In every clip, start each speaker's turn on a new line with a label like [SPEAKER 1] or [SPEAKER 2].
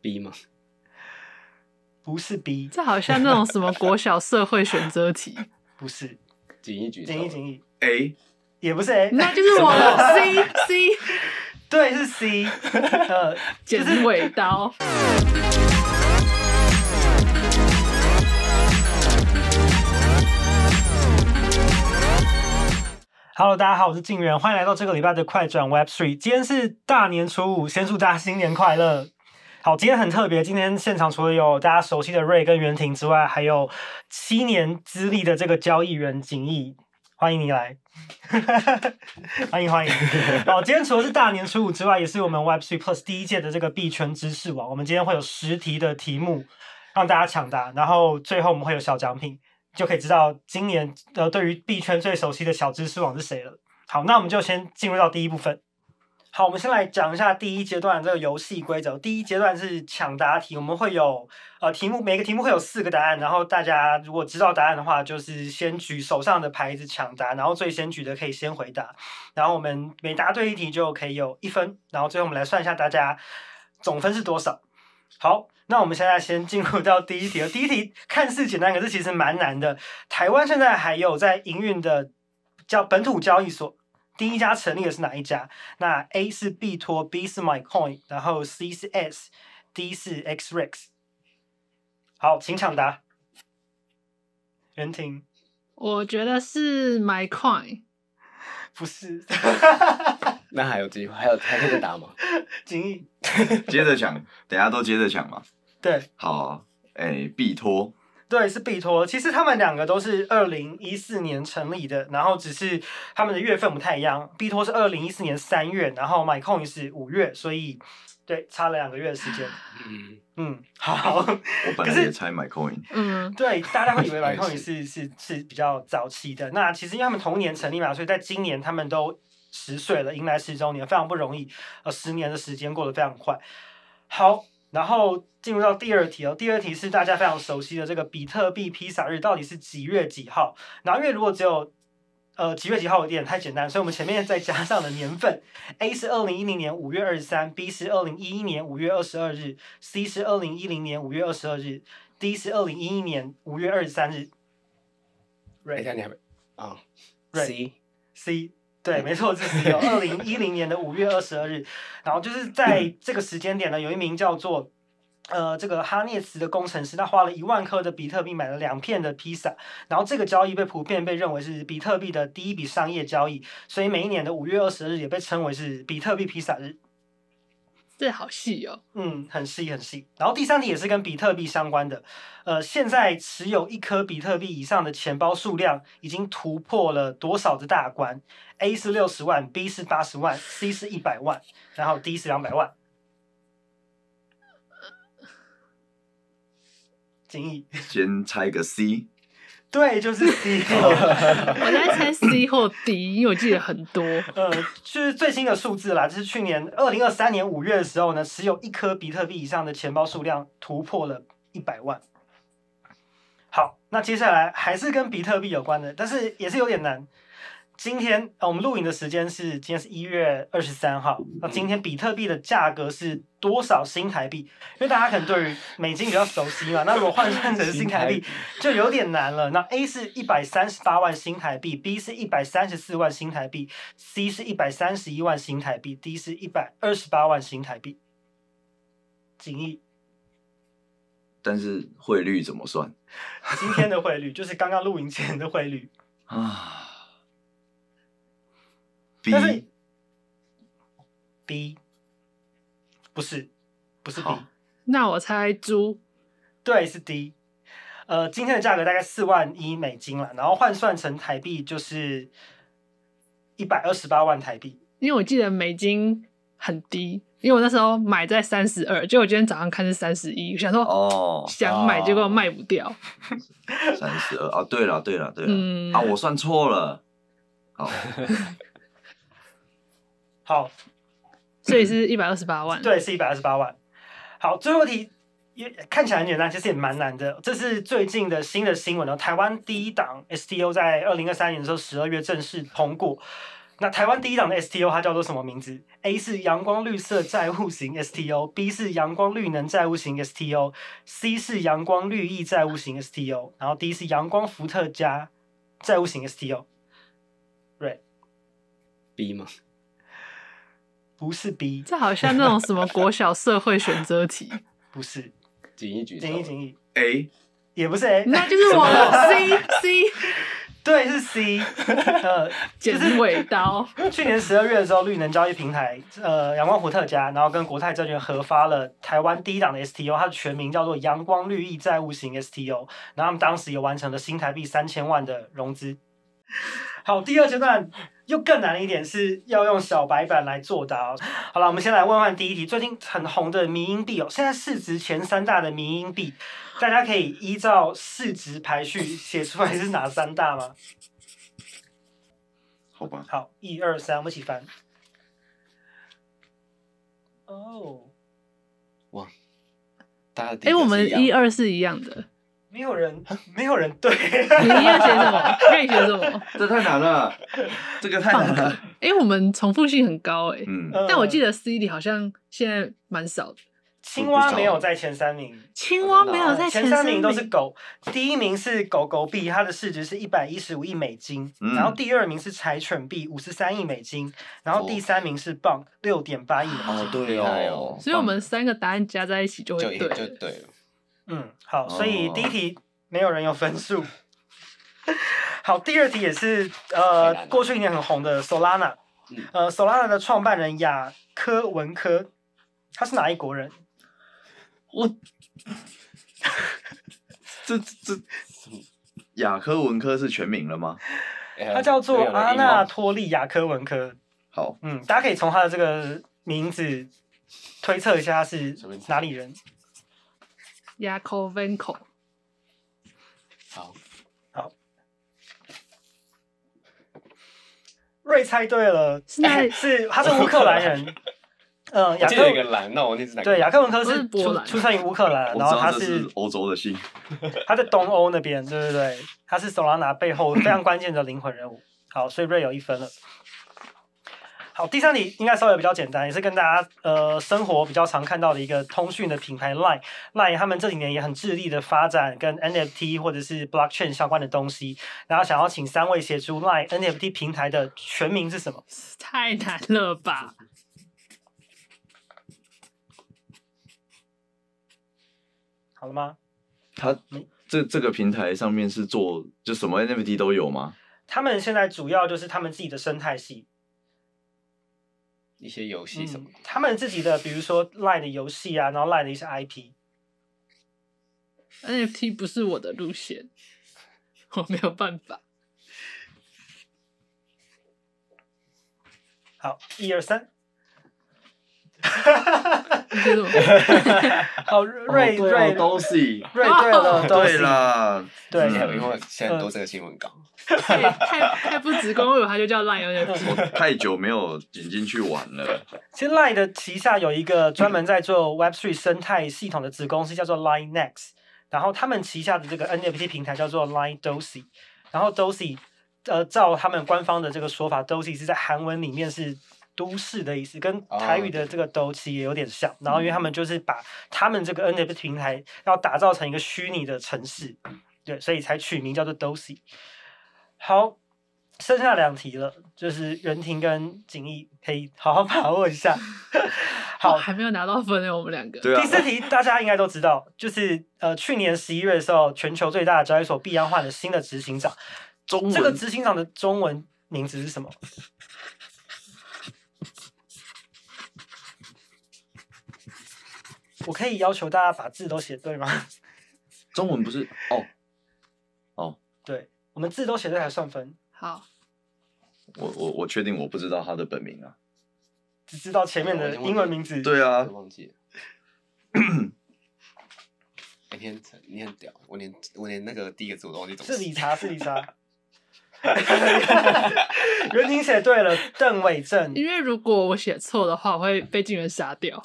[SPEAKER 1] B 吗？
[SPEAKER 2] 不是 B，
[SPEAKER 3] 这好像那种什么国小社会选择题，
[SPEAKER 2] 不是，
[SPEAKER 1] 锦衣举手
[SPEAKER 2] 锦衣锦衣
[SPEAKER 4] A
[SPEAKER 2] 也不是 A，
[SPEAKER 3] 那就是我 了。C C
[SPEAKER 2] 对是 C，呃，
[SPEAKER 3] 剪尾刀，
[SPEAKER 2] Hello，大家好，我是静源，欢迎来到这个礼拜的快转 Web Three。今天是大年初五，先祝大家新年快乐。好，今天很特别，今天现场除了有大家熟悉的瑞跟袁婷之外，还有七年资历的这个交易员景逸，欢迎你来， 欢迎欢迎。好，今天除了是大年初五之外，也是我们 Web Three Plus 第一届的这个币圈知识网，我们今天会有十题的题目让大家抢答，然后最后我们会有小奖品。就可以知道今年呃对于币圈最熟悉的小知识网是谁了。好，那我们就先进入到第一部分。好，我们先来讲一下第一阶段这个游戏规则。第一阶段是抢答题，我们会有呃题目，每个题目会有四个答案，然后大家如果知道答案的话，就是先举手上的牌子抢答，然后最先举的可以先回答，然后我们每答对一题就可以有一分，然后最后我们来算一下大家总分是多少。好，那我们现在先进入到第一题了。第一题看似简单，可是其实蛮难的。台湾现在还有在营运的叫本土交易所，第一家成立的是哪一家？那 A 是币托，B 是 MyCoin，然后 C 是 S，D 是 XREX。好，请抢答。袁婷
[SPEAKER 3] 我觉得是 My Coin，
[SPEAKER 2] 不是，
[SPEAKER 1] 那还有机会，还有还可以再打吗？
[SPEAKER 2] 景逸
[SPEAKER 4] 接着抢，等下都接着抢嘛。
[SPEAKER 2] 对，
[SPEAKER 4] 好，哎，必托，
[SPEAKER 2] 对，是币托。其实他们两个都是二零一四年成立的，然后只是他们的月份不太一样。币托是二零一四年三月，然后 MyCoin 是五月，所以对，差了两个月的时间。
[SPEAKER 1] 嗯，
[SPEAKER 2] 嗯，好，
[SPEAKER 4] 我本
[SPEAKER 2] 可
[SPEAKER 4] 来
[SPEAKER 2] 是
[SPEAKER 4] 也猜 My Coin，
[SPEAKER 3] 嗯，
[SPEAKER 2] 对，大家会以为
[SPEAKER 1] 我也
[SPEAKER 2] MyCoin 是是是比较早期的。那其实因为他们同年成立嘛，所以在今年他们都十岁了，迎来十周年，非常不容易。呃，十年的时间过得非常快。好，然后进入到第二题哦。第二题是大家非常熟悉的这个比特币披萨日到底是几月几号？然后因为如果只有呃几月几号有点太简单，所以我们前面再加上了年份。A 是二零一零年五月二十三，B 是二零一一年五月二十二日，C 是二零一零年五月二十二日，D 是二零一一年五月二十三日。
[SPEAKER 1] 等一
[SPEAKER 2] Right
[SPEAKER 1] 哎下你还没啊
[SPEAKER 2] Right
[SPEAKER 1] ？C
[SPEAKER 2] C，对，没错，这是有二零一零年的五月二十二日，然后就是在这个时间点呢，有一名叫做呃这个哈涅茨的工程师，他花了一万颗的比特币买了两片的披萨，然后这个交易被普遍被认为是比特币的第一笔商业交易，所以每一年的五月二十日也被称为是比特币披萨日。
[SPEAKER 3] 这好细哦。
[SPEAKER 2] 嗯，很细很细。然后第三题也是跟比特币相关的，呃，现在持有一颗比特币以上的钱包数量已经突破了多少的大关？A 是六十万，B 是八十万，C 是一百万，然后 D 是两百万。景逸，
[SPEAKER 4] 先猜个 C，
[SPEAKER 2] 对，就是 C。哦
[SPEAKER 3] 我在猜 C 或 D，因为我记得很多。
[SPEAKER 2] 呃，就是最新的数字啦，就是去年二零二三年五月的时候呢，持有一颗比特币以上的钱包数量突破了一百万。好，那接下来还是跟比特币有关的，但是也是有点难。今天、呃、我们录影的时间是今天是一月二十三号，那今天比特币的价格是多少新台币？因为大家可能对于美金比较熟悉 嘛，那如果换算成新台币，就有点难了。那 A 是一百三十八万新台币，B 是一百三十四万新台币，C 是一百三十一万新台币，D 是一百二十八万新台币。锦逸，
[SPEAKER 4] 但是汇率怎么算
[SPEAKER 2] 今天的汇率 就是刚刚录影前的汇率，
[SPEAKER 4] 啊
[SPEAKER 2] 但是
[SPEAKER 4] ？B
[SPEAKER 2] B 不是不是 B，
[SPEAKER 4] 好
[SPEAKER 3] 那我猜猪，
[SPEAKER 2] 对是 D。呃，今天的价格大概四万一美金了，然后换算成台币就是一百二十八万台币。
[SPEAKER 3] 因为我记得美金很低，因为我那时候买在三十二，结果今天早上看是三十一，我想说
[SPEAKER 4] 哦，
[SPEAKER 3] 想买，
[SPEAKER 1] 哦
[SPEAKER 3] 结果卖不掉。
[SPEAKER 4] 三十二啊，对了对了对了，
[SPEAKER 3] 嗯
[SPEAKER 4] 啊，我算错了，好，
[SPEAKER 2] 好，
[SPEAKER 3] 所以是一百二十八万。，
[SPEAKER 2] 对，是一百二十八万。好，最后一题也看起来很简单，其实也蛮难的。这是最近的新的新闻哦，台湾第一档 STO 在二零二三年的时候十二月正式通过。那台湾第一档的 STO 它叫做什么名字？A 是阳光绿色债务型 STO，B 是阳光绿能债务型 STO，C 是阳光绿意债务型 STO，然后 D 是阳光伏特加债务型 STO，
[SPEAKER 1] B 吗？
[SPEAKER 2] 不是 B，
[SPEAKER 3] 这好像那种什么国小社会选择题，
[SPEAKER 2] 不是，
[SPEAKER 1] 锦衣举手。
[SPEAKER 2] 简易简易，
[SPEAKER 4] A
[SPEAKER 2] 也不是 A，
[SPEAKER 3] 那就是我了。C C
[SPEAKER 2] 对，是 C，呃，
[SPEAKER 3] 剪尾刀，
[SPEAKER 2] 去年十二月的时候，绿能交易平台呃阳光伏特加，然后跟国泰证券合发了台湾第一档的 STO，它的全名叫做阳光绿意债务型 STO，然后他们当时也完成了新台币三千万的融资。好，第二阶段又更难一点，是要用小白板来作答哦、好了，我们先来问问第一题，最近很红的迷因币哦，现在市值前三大的迷因币，大家可以依照市值排序写出来是哪三大吗？
[SPEAKER 4] 好吧，
[SPEAKER 2] 好，一二三，我们一起翻。哦，
[SPEAKER 1] 大家的第
[SPEAKER 3] 哎，我
[SPEAKER 1] 个
[SPEAKER 3] 们
[SPEAKER 1] 是
[SPEAKER 3] 一
[SPEAKER 1] 样
[SPEAKER 3] 二是一样的。
[SPEAKER 2] 没有人，
[SPEAKER 3] 啊
[SPEAKER 2] 没有人对。
[SPEAKER 3] 你要写什么？瑞写什 么？
[SPEAKER 4] 这太 难了，这个太难了。
[SPEAKER 3] 哎，我们重复性很高哎，
[SPEAKER 4] 嗯，
[SPEAKER 2] 呃
[SPEAKER 3] 但我记得 C 里好像现在蛮少的。
[SPEAKER 2] 青蛙没有在前三名，
[SPEAKER 3] 青蛙没有
[SPEAKER 2] 呃
[SPEAKER 3] 在
[SPEAKER 2] 前
[SPEAKER 3] 三
[SPEAKER 2] 名都是狗。第一名是狗狗币，它的市值是一百一十五亿美金，
[SPEAKER 4] 嗯
[SPEAKER 2] 然后第二名是柴犬币，五十三亿美金，然后第
[SPEAKER 1] 哦
[SPEAKER 2] 三名是 Bunk 六点八亿美金。
[SPEAKER 1] 哦，对
[SPEAKER 4] 厉害
[SPEAKER 1] 哦
[SPEAKER 4] 哦，
[SPEAKER 3] 所以我们三个答案加在一起就
[SPEAKER 1] 就
[SPEAKER 3] 会
[SPEAKER 1] 也
[SPEAKER 3] 对
[SPEAKER 1] 就
[SPEAKER 3] 了。
[SPEAKER 1] 对了。
[SPEAKER 2] 嗯，好，所以
[SPEAKER 4] 哦
[SPEAKER 2] 第一题没有人有分数。 好，第二题也是呃
[SPEAKER 1] 太难了
[SPEAKER 2] 过去一年很红的 Solana，、
[SPEAKER 1] 嗯
[SPEAKER 2] 呃，Solana 的创办人雅科文科，他是哪一国人？
[SPEAKER 4] 我这这这雅科文科是全名了吗？
[SPEAKER 1] 哎
[SPEAKER 2] 他叫做
[SPEAKER 1] 没有人
[SPEAKER 2] 阿
[SPEAKER 1] 赢
[SPEAKER 2] 纳
[SPEAKER 1] 哦
[SPEAKER 2] 托利亚科文科。
[SPEAKER 4] 好，
[SPEAKER 2] 嗯，大家可以从他的这个名字推测一下他是
[SPEAKER 1] 什么意思
[SPEAKER 2] 哪里人。
[SPEAKER 3] Yakovenko
[SPEAKER 1] 好，
[SPEAKER 2] 瑞猜对了，
[SPEAKER 3] 是哪里
[SPEAKER 2] 是他是乌克 兰人。嗯，
[SPEAKER 1] 我
[SPEAKER 2] 雅
[SPEAKER 1] 记
[SPEAKER 2] 科
[SPEAKER 1] 得有个蓝，那我那是哪个？
[SPEAKER 2] 对雅科文科
[SPEAKER 3] 不是
[SPEAKER 2] 是
[SPEAKER 3] 波
[SPEAKER 2] 出
[SPEAKER 3] 兰
[SPEAKER 2] 出生于乌克兰，
[SPEAKER 4] 我
[SPEAKER 2] 然后
[SPEAKER 4] 知
[SPEAKER 2] 他
[SPEAKER 4] 道这是欧洲的姓。
[SPEAKER 2] 他在东欧那边，对对对，他是 Solana 背后非常关键的灵魂人物。好，所以瑞有一分了。好，第三题应该稍微比较简单，也是跟大家呃生活比较常看到的一个通讯的品牌 Line。Line 他们这几年也很致力的发展跟 NFT 或者是 Blockchain 相关的东西，然后想要请三位协助 Line NFT 平台的全名是什么？
[SPEAKER 3] 太难了吧？
[SPEAKER 2] 好了吗？
[SPEAKER 4] 他
[SPEAKER 2] 嗯
[SPEAKER 4] 这这个平台上面是做就什么 NFT 都有吗？
[SPEAKER 2] 他们现在主要就是他们自己的生态系，
[SPEAKER 1] 一些游戏什么
[SPEAKER 2] 嗯？他们自己的比如说 Line 的游戏啊，然后 Line 的一些 IP。
[SPEAKER 3] NFT 不是我的路线，我没有办法。
[SPEAKER 2] 好，一二三。
[SPEAKER 3] 你觉得我
[SPEAKER 2] 好，瑞
[SPEAKER 4] 哦对
[SPEAKER 2] 瑞
[SPEAKER 4] 哦都是。
[SPEAKER 2] 瑞对了，都
[SPEAKER 4] 对
[SPEAKER 2] 行，
[SPEAKER 4] 啦，
[SPEAKER 1] 对，
[SPEAKER 2] 对
[SPEAKER 1] 因
[SPEAKER 4] 嗯
[SPEAKER 1] 为我现在很多这个新闻稿，
[SPEAKER 3] 太太太不直观，我以为他就叫 Line NFT。
[SPEAKER 4] 我太久没有点进去玩了。
[SPEAKER 2] 其实 Line 的旗下有一个专门在做 Web3 生态系统的子公司，叫做 Line Next。然后他们旗下的这个 NFT 平台叫做 Line Dosi。然后 Dosi，呃，照他们官方的这个说法，Dosi 是在韩文里面是都市的意思，跟
[SPEAKER 1] 哦
[SPEAKER 2] 台语的这个斗气也有点像。然
[SPEAKER 4] 嗯
[SPEAKER 2] 后因为他们就是把他们这个 NFT 平台要打造成一个虚拟的城市，对，所以才取名叫做 Dosi。好，剩下两题了，就是任婷跟景逸可以好好把握一下。
[SPEAKER 3] 我
[SPEAKER 2] 好，
[SPEAKER 3] 哦还没有拿到分呢，我们两个。
[SPEAKER 4] 对啊
[SPEAKER 2] 第，四题大家应该都知道，就是呃去年十一月的时候，全球最大的交易所币安换了新的执行长，
[SPEAKER 4] 中文
[SPEAKER 2] 这个执行长的中文名字是什么？我可以要求大家把字都写对吗？
[SPEAKER 4] 中文不是哦，
[SPEAKER 2] 对，我们字都写对才算分，
[SPEAKER 3] 好，
[SPEAKER 4] 我我我确定我不知道他的本名啊。
[SPEAKER 2] 只知道前面的英文名字。
[SPEAKER 4] 对
[SPEAKER 1] 我
[SPEAKER 4] 啊，
[SPEAKER 1] 忘记了。哎你很你很屌，我连我连那个第一个字我都忘记怎么
[SPEAKER 2] 是
[SPEAKER 1] 写。
[SPEAKER 2] 理查，是理查。 袁婷写对了，邓伟正。
[SPEAKER 3] 因为如果我写错的话，我会被警员杀掉。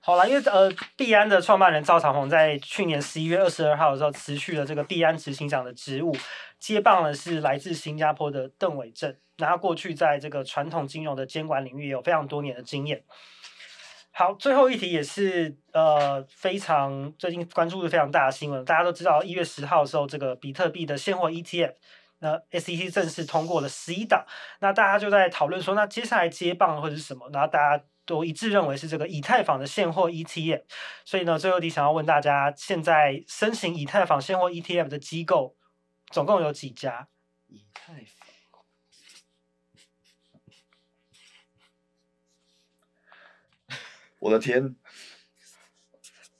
[SPEAKER 2] 好了，因为呃，币安的创办人赵长虹在去年十一月二十二号的时候辞去了这个币安执行长的职务，接棒的是来自新加坡的邓伟正。那他过去在这个传统金融的监管领域也有非常多年的经验。好，最后一题也是呃非常最近关注度非常大的新闻，大家都知道一月十号的时候，这个比特币的现货 ETF。那 SEC 正式通过了十一档，那大家就在讨论说，那接下来接棒会是什么？然后大家都一致认为是这个以太坊的现货 ETF。所以呢，最后你想要问大家，现在申请以太坊现货 ETF 的机构总共有几家？
[SPEAKER 1] 以太坊
[SPEAKER 4] 我的天，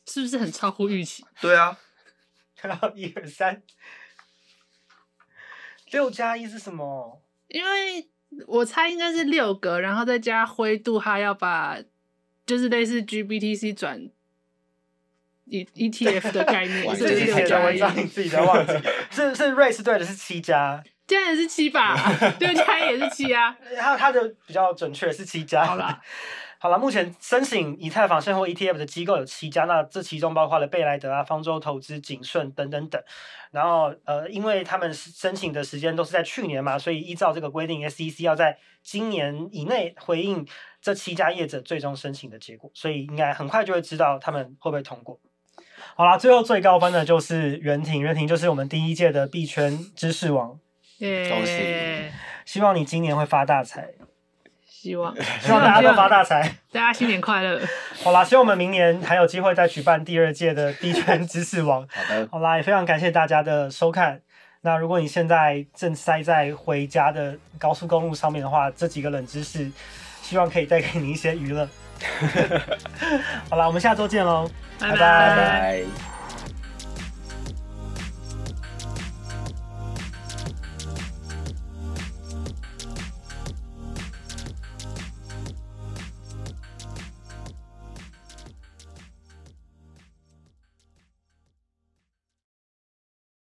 [SPEAKER 3] 是不是很超乎预期？
[SPEAKER 4] 对啊，
[SPEAKER 2] 一二三，六加一是什么？
[SPEAKER 3] 因为我猜应该是六个，然后再加灰度，他要把就是类似 GBTC 转 E ETF 的 概念，
[SPEAKER 1] 哇
[SPEAKER 3] 所
[SPEAKER 2] 自
[SPEAKER 3] 以
[SPEAKER 2] 己
[SPEAKER 1] 这
[SPEAKER 2] 写的
[SPEAKER 3] 六加
[SPEAKER 2] 文
[SPEAKER 3] 一，
[SPEAKER 2] 章你自己都忘记，是是瑞士队的是七家，
[SPEAKER 3] 这样也是七啊吧？六加一也是 七啊。
[SPEAKER 2] 他他的比较准确是七家。
[SPEAKER 3] 好啦，
[SPEAKER 2] 好了，目前申请以太坊现货 ETF 的机构有七家，那这其中包括了贝莱德啊、方舟投资、景顺等等等。然后呃，因为他们是申请的时间都是在去年嘛，所以依照这个规定，SEC 要在今年以内回应这七家业者最终申请的结果，所以应该很快就会知道他们会不会通过。好啦，最后最高分的就是袁婷，袁婷就是我们第一届的币圈知识王，
[SPEAKER 1] 恭
[SPEAKER 3] 耶
[SPEAKER 1] 喜！
[SPEAKER 2] 希望你今年会发大财，
[SPEAKER 3] 希望希
[SPEAKER 2] 希望大家都发大财。
[SPEAKER 3] 大家新年快乐！
[SPEAKER 2] 好啦，希望我们明年还有机会再举办第二届的币圈知识网。
[SPEAKER 1] 好的，
[SPEAKER 2] 好啦，也非常感谢大家的收看。那如果你现在正塞在回家的高速公路上面的话，这几个冷知识，希望可以带 给你一些娱乐。好啦，我们下周见喽，
[SPEAKER 3] 拜
[SPEAKER 2] 拜
[SPEAKER 1] 拜拜。